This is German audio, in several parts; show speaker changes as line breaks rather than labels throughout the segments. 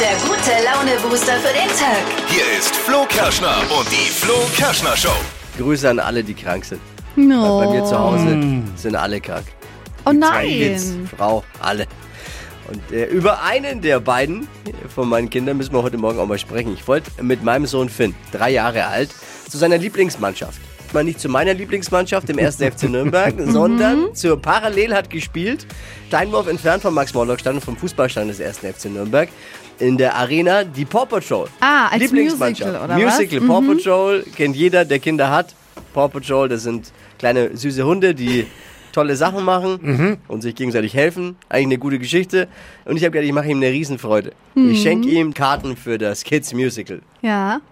der gute Laune-Booster für den Tag.
Hier ist Flo Kerschner und die Flo Kerschner Show.
Grüße an alle, die krank sind.
No.
Bei mir zu Hause sind alle krank.
Oh
Kids,
nein.
Frau, alle. Und äh, über einen der beiden äh, von meinen Kindern müssen wir heute Morgen auch mal sprechen. Ich wollte mit meinem Sohn Finn, drei Jahre alt, zu seiner Lieblingsmannschaft. Mal nicht zu meiner Lieblingsmannschaft, dem 1. FC Nürnberg, Mhm.
Mhm.
sondern zur Parallel hat gespielt. Steinwurf entfernt vom Max-Morlock-Stand und vom Fußballstand des 1. FC Nürnberg. In der Arena die Paw Patrol.
Ah, als
Lieblingsmannschaft.
Musical, oder was?
Musical, Paw Patrol kennt jeder, der Kinder hat. Paw Patrol, das sind kleine süße Hunde, die tolle Sachen machen
Mhm.
und sich gegenseitig helfen. Eigentlich eine gute Geschichte. Und ich habe gedacht, ich mache ihm eine Riesenfreude. Ich schenke ihm Karten für das Kids Musical.
Mhm. Ja.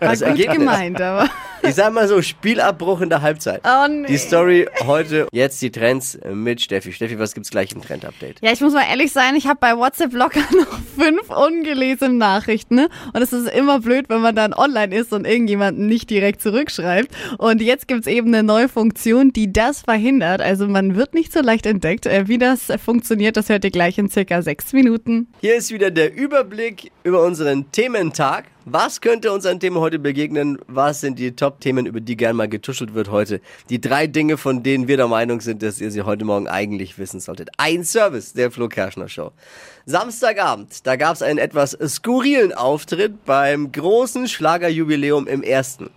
War gut
Ergebnis.
gemeint, aber.
Ich sag mal so, Spielabbruch in der Halbzeit.
Oh, nee.
Die Story heute, jetzt die Trends mit Steffi. Steffi, was gibt's gleich im Trend-Update?
Ja, ich muss mal ehrlich sein, ich habe bei WhatsApp locker noch fünf ungelesene Nachrichten. Ne? Und es ist immer blöd, wenn man dann online ist und irgendjemanden nicht direkt zurückschreibt. Und jetzt gibt's eben eine neue Funktion, die das verhindert. Also man wird nicht so leicht entdeckt. Äh, Wie das funktioniert, das hört ihr gleich in circa sechs Minuten.
Hier ist wieder der Überblick über unseren Thementag. Was könnte uns an Themen heute begegnen? Was sind die Top-Themen, über die gern mal getuschelt wird heute? Die drei Dinge, von denen wir der Meinung sind, dass ihr sie heute Morgen eigentlich wissen solltet. Ein Service der Flo Kerschner Show. Samstagabend, da gab es einen etwas skurrilen Auftritt beim großen Schlagerjubiläum im Ersten.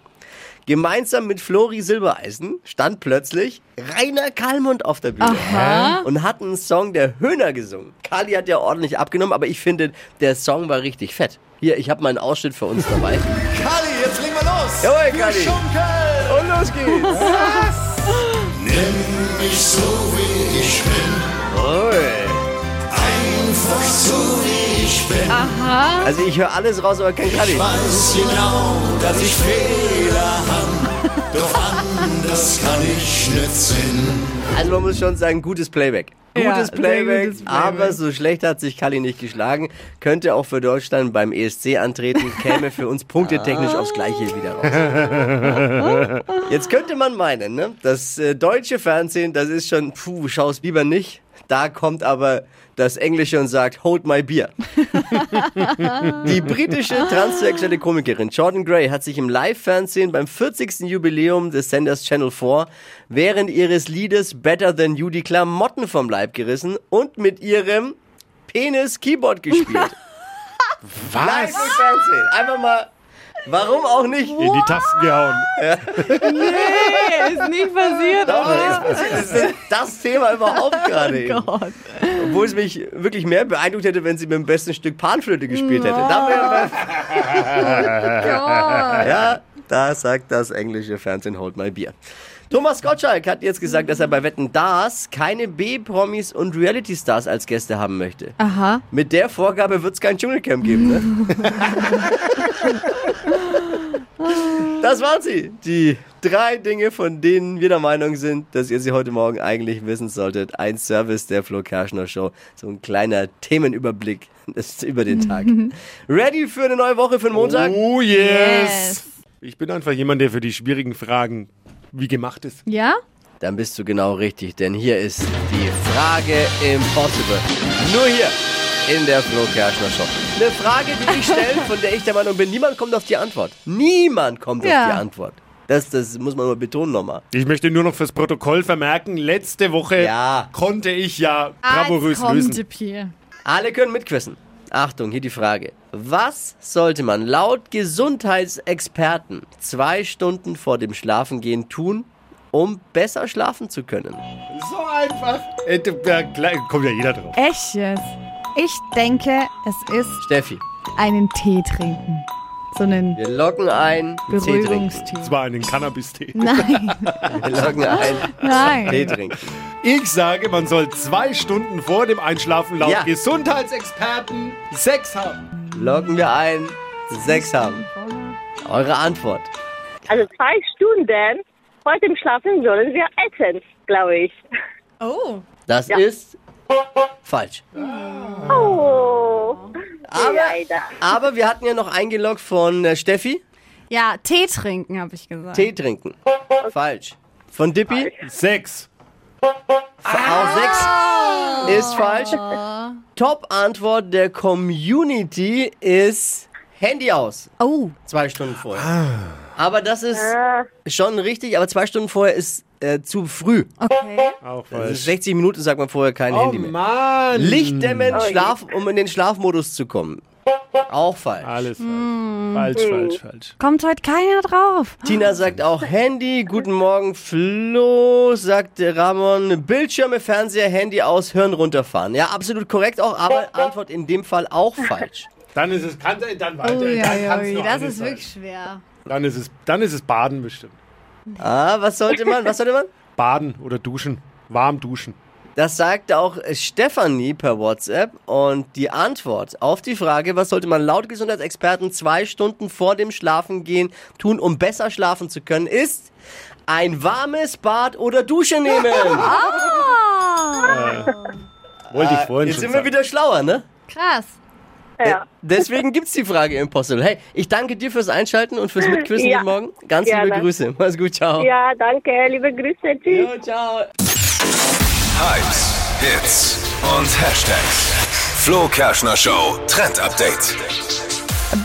Gemeinsam mit Flori Silbereisen stand plötzlich Rainer Kallmund auf der Bühne
Aha.
und hat einen Song der Höhner gesungen. Kali hat ja ordentlich abgenommen, aber ich finde, der Song war richtig fett. Hier, ich habe mal einen Ausschnitt für uns dabei.
Kali, jetzt legen wir los.
Jawohl, Kali.
Schunkel.
Und los geht's.
Nimm mich so wie ich bin,
Ui.
einfach so wie ich bin.
Also ich höre alles raus, aber kein Kali.
Weiß genau, dass ich Fehler hab, doch anders kann ich nicht sinn.
Also man muss schon sagen, gutes Playback.
Ja,
Gutes,
sehr
Playback,
gutes Playback.
aber so schlecht hat sich Kali nicht geschlagen. Könnte auch für Deutschland beim ESC antreten, käme für uns punktetechnisch aufs Gleiche wieder raus. Jetzt könnte man meinen, ne? das äh, deutsche Fernsehen, das ist schon, puh, schau's lieber nicht. Da kommt aber das Englische und sagt, hold my beer. Die britische transsexuelle Komikerin Jordan Gray hat sich im Live-Fernsehen beim 40. Jubiläum des Senders Channel 4 während ihres Liedes Better Than You die Klamotten vom Leib gerissen und mit ihrem Penis Keyboard gespielt. Live im
Was?
Fernsehen. Einfach mal, warum auch nicht?
In die Tasten gehauen.
Nee, ist nicht passiert,
Doch, das ist das- das Thema überhaupt gerade eben.
Gott.
Obwohl es mich wirklich mehr beeindruckt hätte, wenn sie mit dem besten Stück Panflöte gespielt hätte. Da wäre Ja, da sagt das englische Fernsehen Hold My Beer. Thomas Gottschalk hat jetzt gesagt, dass er bei Wetten Das keine B-Promis und Reality-Stars als Gäste haben möchte.
Aha.
Mit der Vorgabe wird es kein Dschungelcamp geben, ne? das waren sie. Die drei Dinge, von denen wir der Meinung sind, dass ihr sie heute Morgen eigentlich wissen solltet. Ein Service der Flo Kerschner Show. So ein kleiner Themenüberblick ist über den Tag. Ready für eine neue Woche, für den Montag?
Oh yes.
Yes.
Ich bin einfach jemand, der für die schwierigen Fragen wie gemacht ist.
Ja?
Dann bist du genau richtig, denn hier ist die Frage Impossible. Nur hier in der Flo Kerschner Show. Eine Frage, die ich stelle, von der ich der Meinung bin, niemand kommt auf die Antwort. Niemand kommt
Ja.
auf die Antwort. Das, das muss man mal betonen nochmal.
Ich möchte nur noch fürs Protokoll vermerken, letzte Woche
Ja.
konnte ich ja
Ah,
bravourös lösen.
Pier.
Alle können mitquissen. Achtung, hier die Frage. Was sollte man laut Gesundheitsexperten zwei Stunden vor dem Schlafengehen tun, um besser schlafen zu können?
So einfach. Äh, da gleich- kommt ja jeder drauf.
Echt jetzt? Ich denke, es ist
Steffi,
einen Tee trinken. So einen
wir locken ein. Tee trinken.
Beruhigungstee.
Zwar einen Cannabis-Tee.
Nein,
Wir locken ein. Tee
nein.
trinken.
Ich sage, man soll zwei Stunden vor dem Einschlafen laut
Ja.
Gesundheitsexperten Sex haben.
Loggen wir ein. Sechs haben. Eure Antwort.
Also zwei Stunden vor dem Schlafen sollen wir essen, glaube ich.
Oh.
Das ist falsch.
Oh,
Aber,
leider.
aber wir hatten ja noch eingeloggt von äh, Steffi.
Ja, Tee trinken, habe ich gesagt.
Tee trinken. Falsch. Von Dippi.
Sex.
Ah.
Auch sechs ist falsch.
Ja.
Top-Antwort der Community ist Handy aus.
Oh.
Zwei Stunden vorher. Aber das ist
Ah.
schon richtig, aber zwei Stunden vorher ist äh, zu früh.
Okay.
Auch
Also
falsch.
60 Minuten sagt man vorher kein
Oh
Handy mehr.
Mann.
Lichtdämmen, Schlaf, um in den Schlafmodus zu kommen. Auch falsch.
Alles falsch. Falsch, falsch, falsch.
Kommt heute keiner drauf.
Tina sagt auch Handy, guten Morgen Flo, sagt Ramon, Bildschirme, Fernseher, Handy aus, Hirn runterfahren. Ja, absolut korrekt auch, aber Antwort in dem Fall auch falsch.
Dann ist es, kann, dann weiter.
Ui,
dann
ui,
kann's
Oh, ui,
noch
das
alles
ist
sein.
wirklich schwer.
Dann ist es, dann ist es Baden bestimmt.
Ah, was sollte man, was sollte man?
Baden oder Duschen. Warm duschen.
Das sagte auch äh, Stefanie per WhatsApp und die Antwort auf die Frage, was sollte man laut Gesundheitsexperten zwei Stunden vor dem Schlafengehen tun, um besser schlafen zu können, ist ein warmes Bad oder Dusche nehmen.
Wollte ich vorhin
Jetzt
schon
sind wir
sagen.
wieder schlauer, ne?
Krass.
Ja.
Deswegen gibt's die Frage Impossible. Hey, ich danke dir fürs Einschalten und fürs Mitquissen
Ja.
heute Morgen. Ganz liebe
Gerne.
Grüße. Mach's gut, ciao.
ja, danke, liebe Grüße, tschüss.
Jo, ciao.
Hypes, Hits und Hashtags. Flo Kerschner Show Trend Update.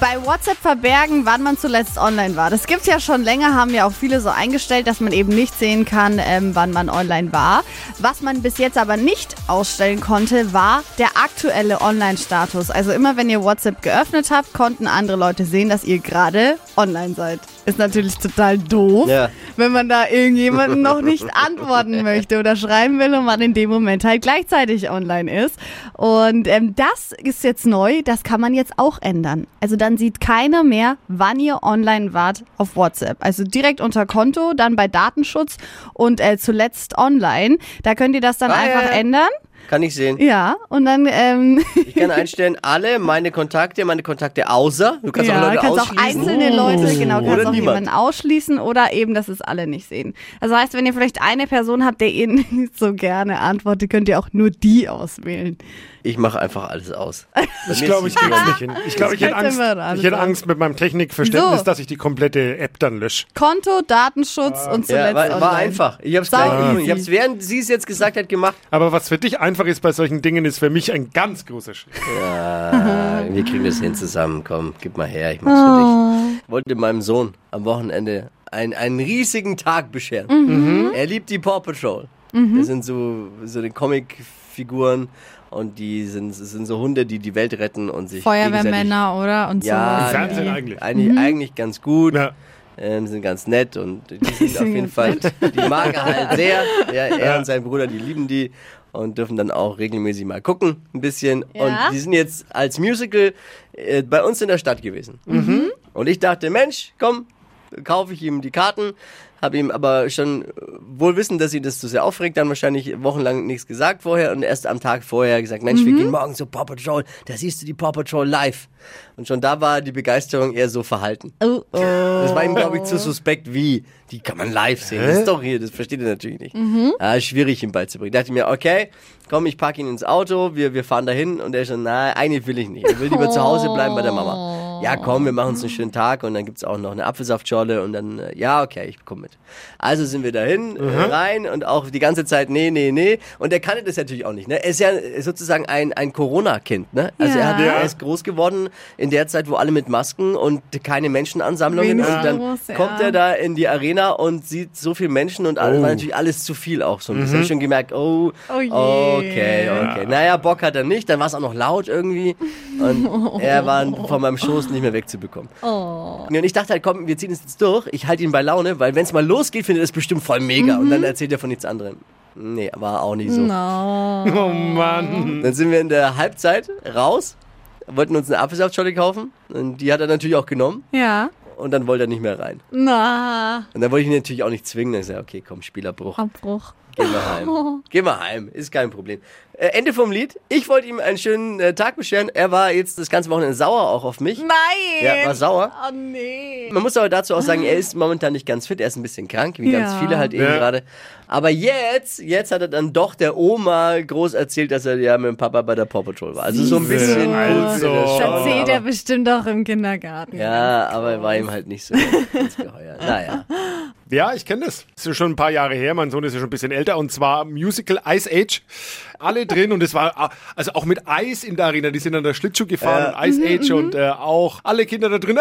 Bei WhatsApp verbergen, wann man zuletzt online war. Das gibt's ja schon länger, haben ja auch viele so eingestellt, dass man eben nicht sehen kann, ähm, wann man online war. Was man bis jetzt aber nicht ausstellen konnte, war der aktuelle Online-Status. Also immer wenn ihr WhatsApp geöffnet habt, konnten andere Leute sehen, dass ihr gerade online seid. Ist natürlich total doof,
Ja.
wenn man da irgendjemanden noch nicht antworten möchte oder schreiben will und man in dem Moment halt gleichzeitig online ist. Und ähm, das ist jetzt neu, das kann man jetzt auch ändern. Also dann sieht keiner mehr, wann ihr online wart auf WhatsApp. Also direkt unter Konto, dann bei Datenschutz und äh, zuletzt online. Da könnt ihr das dann
Ah,
einfach
ja, ja.
ändern.
Kann ich sehen.
Ja, und dann ähm,
Ich kann einstellen, alle meine Kontakte, meine Kontakte außer. Du kannst
ja,
auch Leute
kannst auch
ausschließen.
einzelne Leute, genau, kannst
Oder
auch
niemand.
jemanden ausschließen oder eben, dass es alle nicht sehen. Das heißt, wenn ihr vielleicht eine Person habt, der ihr nicht so gerne antwortet, könnt ihr auch nur die auswählen.
Ich mache einfach alles aus.
Ich glaube, ich krieg's nicht hin. Ich glaube, ich hätte
könnte
Angst,
man alles
ich hätte
sagen.
Angst mit meinem Technikverständnis,
Wieso?
dass ich die komplette App dann lösche.
Konto, Datenschutz und zuletzt
Ah. Ja, war, war
online.
einfach. Ich hab's
Sau
gleich gefunden. Ich
easy.
hab's, während sie es jetzt gesagt hat, gemacht.
Aber was für dich einfach ist bei solchen Dingen, ist für mich ein ganz großer Schritt.
Äh, wir kriegen das hin zusammen. Komm, gib mal her, ich mach's für
Ah.
dich. Ich wollte meinem Sohn am Wochenende einen, einen riesigen Tag bescheren.
Mhm.
Mhm. Er liebt die Paw Patrol. Das sind so, so die Comicfiguren und die sind, sind so Hunde, die die Welt retten und sich gegenseitig-
Feuerwehrmänner, oder? Und Genau.
Ja, halt
Im Fernsehen
ja.
eigentlich.
Eigentlich, eigentlich ganz gut.
Ja.
Ähm, sind ganz nett und die sind auf jeden Fall, die mag er halt sehr. Ja, er und sein Bruder, die lieben die und dürfen dann auch regelmäßig mal gucken, ein bisschen.
Ja.
Und die sind jetzt als Musical äh, bei uns in der Stadt gewesen. Und ich dachte, Mensch, komm, kaufe ich ihm die Karten. Habe ihm aber schon äh, wohl wissen, dass ihn das zu sehr aufregt, dann wahrscheinlich wochenlang nichts gesagt vorher und erst am Tag vorher gesagt, Mensch, wir gehen morgen zur Paw Patrol, da siehst du die Paw Patrol live. Und schon da war die Begeisterung eher so verhalten.
Oh, oh.
Das war ihm, glaube ich, zu suspekt, wie, die kann man live sehen. Das ist doch hier, das versteht er natürlich nicht. Ah, schwierig, ihm beizubringen. Dachte ich mir, okay, komm, ich packe ihn ins Auto, wir, wir fahren dahin. Und er schon, na, eigentlich will ich nicht. Ich will lieber zu Hause bleiben bei der Mama. Ja, komm, wir machen uns einen schönen Tag und dann gibt's auch noch eine Apfelsaftschorle und dann, äh, ja, okay, ich komme mit. Also sind wir dahin, äh, rein und auch die ganze Zeit, nee, nee, nee. Und er kannte das natürlich auch nicht, ne? Er ist ja äh, sozusagen ein, ein Corona-Kind, ne? Also er, hat,
Ja.
er ist groß geworden in der Zeit, wo alle mit Masken und keine Menschenansammlungen
Wenig
und dann
Büros, ja.
kommt er da in die Arena und sieht so viele Menschen und all- war natürlich alles zu viel auch so. ein bisschen. Ich hab schon gemerkt, oh,
Oh je.
okay, okay. Naja, Bock hat er nicht, dann war es auch noch laut irgendwie und er war von meinem Schoß nicht mehr wegzubekommen.
Oh.
Und ich dachte halt, komm, wir ziehen es jetzt durch, ich halte ihn bei Laune, weil wenn es mal losgeht, findet er es bestimmt voll mega
Mhm.
und dann erzählt er von nichts anderem. Nee, war auch nicht so.
Oh Mann.
Dann sind wir in der Halbzeit raus, wollten uns eine Apfelsaftschorle kaufen und die hat er natürlich auch genommen
Ja.
und dann wollte er nicht mehr rein.
Na,
Und dann wollte ich ihn natürlich auch nicht zwingen. Dann gesagt, okay, komm, Spielerbruch.
Abbruch.
Geh mal heim. Geh mal heim. Ist kein Problem. Äh, Ende vom Lied. Ich wollte ihm einen schönen äh, Tag bescheren. Er war jetzt das ganze Wochenende sauer auch auf mich.
Nein!
Er war sauer.
Oh nee.
Man muss aber dazu auch sagen, er ist momentan nicht ganz fit, er ist ein bisschen krank, wie ganz
Ja.
viele halt eben
Ja.
gerade. Aber jetzt, jetzt hat er dann doch der Oma groß erzählt, dass er ja mit dem Papa bei der Paw Patrol war. Also so ein
Siehste.
bisschen.
Also.
Das
Schade,
erzählt er bestimmt auch im Kindergarten.
Ja, aber er war ihm halt nicht so ganz geheuer. Naja.
Ja, ich kenne das. Ist ja schon ein paar Jahre her. Mein Sohn ist ja schon ein bisschen Alter und zwar Musical Ice Age. Alle drin und es war also auch mit Eis in der Arena. Die sind an der Schlittschuh gefahren und
Mhm,
Ice Age und äh, auch alle Kinder da drin.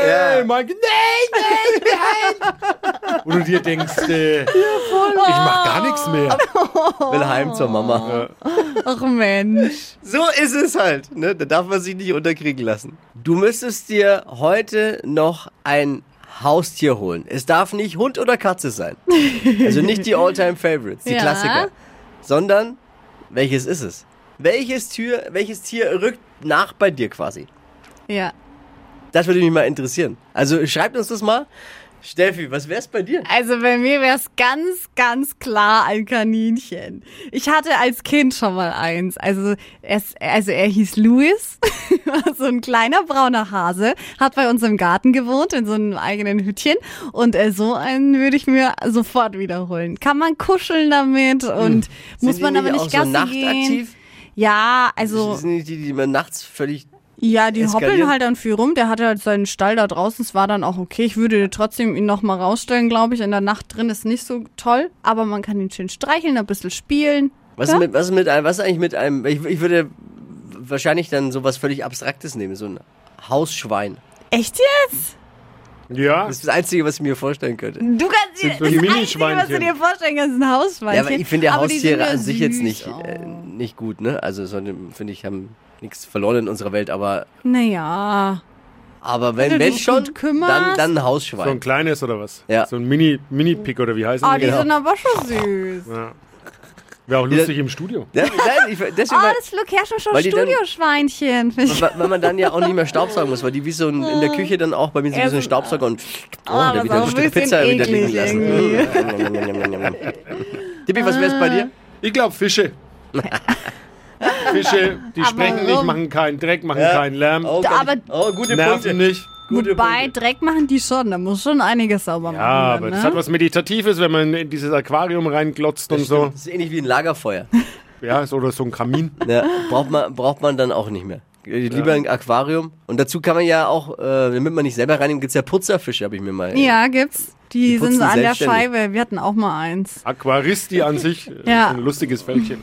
Hey,
Ja.
mein Kind, nein, nein, nein. und du dir denkst, äh, ich mach gar nichts mehr.
Ah. Will heim zur Mama.
Ach Mensch.
So ist es halt. Ne? Da darf man sich nicht unterkriegen lassen. Du müsstest dir heute noch ein Haustier holen. Es darf nicht Hund oder Katze sein. Also nicht die All-Time-Favorites, die
Ja.
Klassiker. Sondern welches ist es? Welches Tier, welches Tier rückt nach bei dir quasi?
Ja.
Das würde mich mal interessieren. Also schreibt uns das mal. Steffi, was wär's bei dir?
Also bei mir wäre es ganz, ganz klar ein Kaninchen. Ich hatte als Kind schon mal eins. Also, es, also er hieß Louis, war so ein kleiner brauner Hase, hat bei uns im Garten gewohnt, in so einem eigenen Hütchen. Und äh, so einen würde ich mir sofort wiederholen. Kann man kuscheln damit und
Hm. Sind
muss
die
man aber
nicht
nicht
auch
Gassi
so
gehen.
nachtaktiv?
Ja, also
Sind nicht die, die immer nachts völlig
ja, die
Eskalieren.
hoppeln halt dann viel rum. Der hatte halt seinen Stall da draußen. Es war dann auch okay. Ich würde trotzdem ihn nochmal rausstellen, glaube ich. In der Nacht drin ist nicht so toll. Aber man kann ihn schön streicheln, ein bisschen spielen.
Was,
Ja?
mit, was, mit einem, was eigentlich mit einem, ich, ich würde wahrscheinlich dann sowas völlig Abstraktes nehmen, so ein Hausschwein.
Echt jetzt?
Ja,
Das ist das Einzige, was ich mir vorstellen könnte.
Du kannst dir
Sind so
das Einzige, was du
Minischweinchen.
dir vorstellen kannst, ist ein Hausschweinchen.
Ja, aber ich finde ja
Aber die sind
Haustiere
ja
an sich jetzt
süß
nicht,
auch.
äh, nicht gut, ne? Also, sondern finde ich, haben nichts verloren in unserer Welt, aber,
Naja.
aber wenn,
Wenn du
wenn
dich
schon,
gut kümmerst.
dann, dann ein
so ein
Hausschwein.
kleines oder was?
Ja.
So ein Mini, Mini-Pick oder wie heißt
Oh,
das?
die
genau.
sind aber schon süß.
Wäre auch lustig im Studio.
Ja, nein, ich, deswegen,
Oh,
weil,
das Luke Herrschel schon
weil die dann-
Studioschweinchen. finde ich.
weil- weil man dann ja auch nicht mehr Staubsaugen muss, weil die wie so ein, in der Küche dann auch bei mir sind wie so ein
Essen-
Staubsauger und oh, da
aber ist
wieder ein
auch Ah, ein
Stück
bisschen
Pizza wieder liegen
eklig
lassen. Tippi, was wär's bei dir?
Ich glaube Fische. Fische, die
Aber
sprechen nicht,
warum?
machen keinen Dreck, machen keinen Lärm,
Oh,
Da-
Gott, oh,
aber-
gute Punkte.
nerven nicht.
Gute
Wobei,
Punkte.
Dreck machen die schon. Da muss schon einiges sauber machen.
Ja, aber
dann,
das
ne?
hat was Meditatives, wenn man in dieses Aquarium reinglotzt und so.
Das ist ähnlich wie ein Lagerfeuer.
Ja, so, oder so ein Kamin.
Ja, braucht, man, braucht man dann auch nicht mehr. Äh, Lieber ein Aquarium. Und dazu kann man ja auch, äh, damit man nicht selber reinnehmen, gibt's ja Putzerfische, habe ich mir mal.
Ja, gibt's. Die,
Die
sind
putzen
so an der
selbstständig.
Scheibe. Wir hatten auch mal eins.
Aquaristi an sich, äh,
Ja.
ein lustiges Fältchen.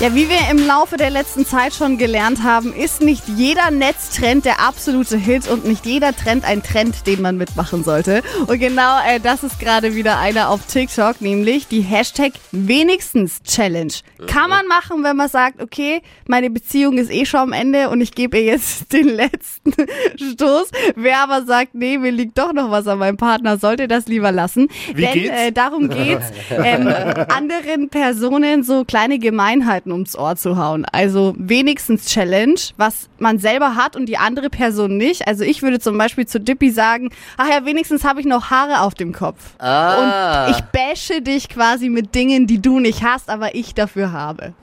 Ja, wie wir im Laufe der letzten Zeit schon gelernt haben, ist nicht jeder Netztrend der absolute Hit und nicht jeder Trend ein Trend, den man mitmachen sollte. Und genau äh, das ist gerade wieder einer auf TikTok, nämlich die Hashtag wenigstens Challenge. Kann man machen, wenn man sagt, okay, meine Beziehung ist eh schon am Ende und ich gebe ihr jetzt den letzten Stoß. Wer aber sagt, nee, mir liegt doch noch was an meinem Partner, sollte das lieber lassen.
Wie
Denn
geht's?
Äh, darum geht's, ähm, anderen Personen so kleine Gemeinheiten ums Ohr zu hauen. Also wenigstens Challenge, was man selber hat und die andere Person nicht. Also ich würde zum Beispiel zu Dippy sagen, ach ja, wenigstens habe ich noch Haare auf dem Kopf.
Ah.
Und ich bashe dich quasi mit Dingen, die du nicht hast, aber ich dafür habe.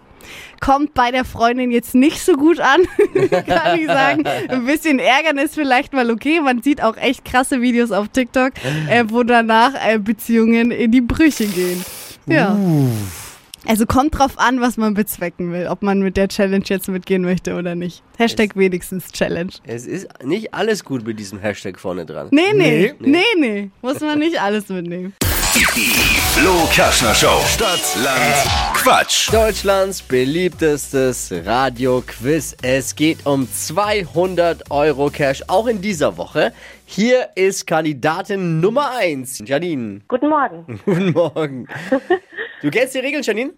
Kommt bei der Freundin jetzt nicht so gut an, kann ich sagen. Ein bisschen ärgern ist vielleicht mal okay. Man sieht auch echt krasse Videos auf TikTok, äh, wo danach äh, Beziehungen in die Brüche gehen. Ja. Also kommt drauf an, was man bezwecken will, ob man mit der Challenge jetzt mitgehen möchte oder nicht. Hashtag wenigstens Challenge.
Es ist nicht alles gut mit diesem Hashtag vorne dran.
Nee, nee, nee, nee. Muss man nicht alles mitnehmen.
Die Flo Kerschner Show. Stadt, Land, Quatsch.
Deutschlands beliebtestes Radio-Quiz. Es geht um 200 Euro Cash, auch in dieser Woche. Hier ist Kandidatin Nummer 1, Janine.
Guten Morgen.
Guten Morgen. Du kennst die Regeln, Janine?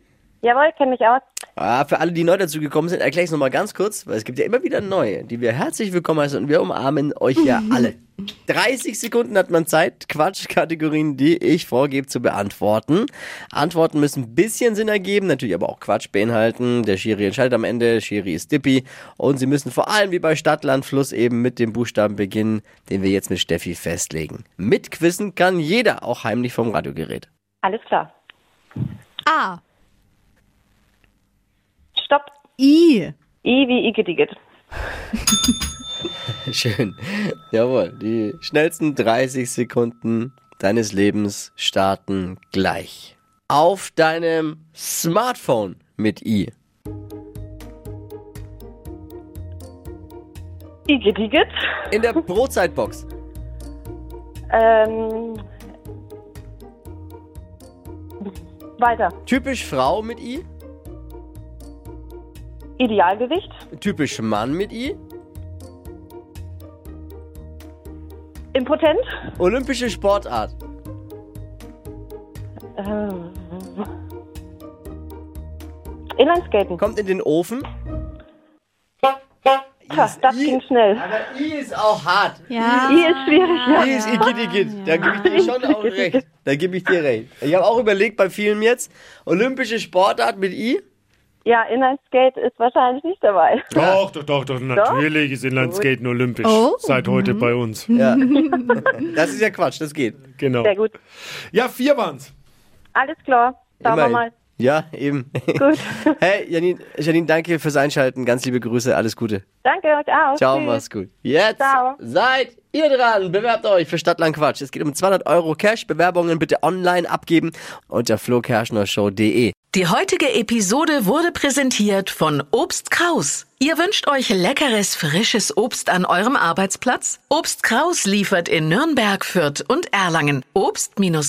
Jawohl, kenne mich aus.
Ah, für alle, die neu dazu gekommen sind, erkläre ich es nochmal ganz kurz, weil es gibt ja immer wieder neue, die wir herzlich willkommen heißen und wir umarmen euch ja alle. 30 Sekunden hat man Zeit, Quatschkategorien, die ich vorgebe, zu beantworten. Antworten müssen ein bisschen Sinn ergeben, natürlich aber auch Quatsch beinhalten. Der Schiri entscheidet am Ende, Schiri ist Dippi. Und sie müssen vor allem wie bei Stadt, Land, Fluss eben mit dem Buchstaben beginnen, den wir jetzt mit Steffi festlegen. Mitquissen kann jeder, auch heimlich vom Radiogerät.
Alles klar.
A.
Stopp.
I.
I wie Ike Digit.
Schön. Jawohl. Die schnellsten 30 Sekunden deines Lebens starten gleich. Auf deinem Smartphone mit I.
Igit, Igit.
In der Brotzeitbox.
Ähm. Weiter.
Typisch Frau mit I.
Idealgewicht.
Typisch Mann mit I.
Impotent.
Olympische Sportart.
Ähm. Inlineskaten.
Kommt in den Ofen.
Tja, das ging schnell.
Aber I ist auch hart.
Ja.
Hier ist schwierig, ja.
I ist Igittigit. Da gebe ich dir schon auch recht. Da gebe ich dir recht. Ich habe auch überlegt bei vielen jetzt. Olympische Sportart mit I.
Ja, Inlineskate ist wahrscheinlich nicht dabei.
Doch, doch, doch, doch. Natürlich ist Inlineskaten olympisch.
Oh.
Seit heute bei uns.
Ja. Das ist ja Quatsch, das geht.
Genau.
Sehr gut.
Ja, vier waren's.
Alles klar. Schauen wir
Immerhin.
mal.
Ja, eben.
Gut.
Hey, Janine, Janine, danke fürs Einschalten. Ganz liebe Grüße, alles Gute.
Danke, ciao.
Ciao,
Tschüss.
mach's gut. Jetzt
Ciao.
seid ihr dran. Bewerbt euch für Stadtland Quatsch. Es geht um 200 Euro Cash. Bewerbungen bitte online abgeben unter flokerschnershow.de.
Die heutige Episode wurde präsentiert von Obst Kraus. Ihr wünscht euch leckeres, frisches Obst an eurem Arbeitsplatz? Obst Kraus liefert in Nürnberg, Fürth und Erlangen. Obst-Kraus.de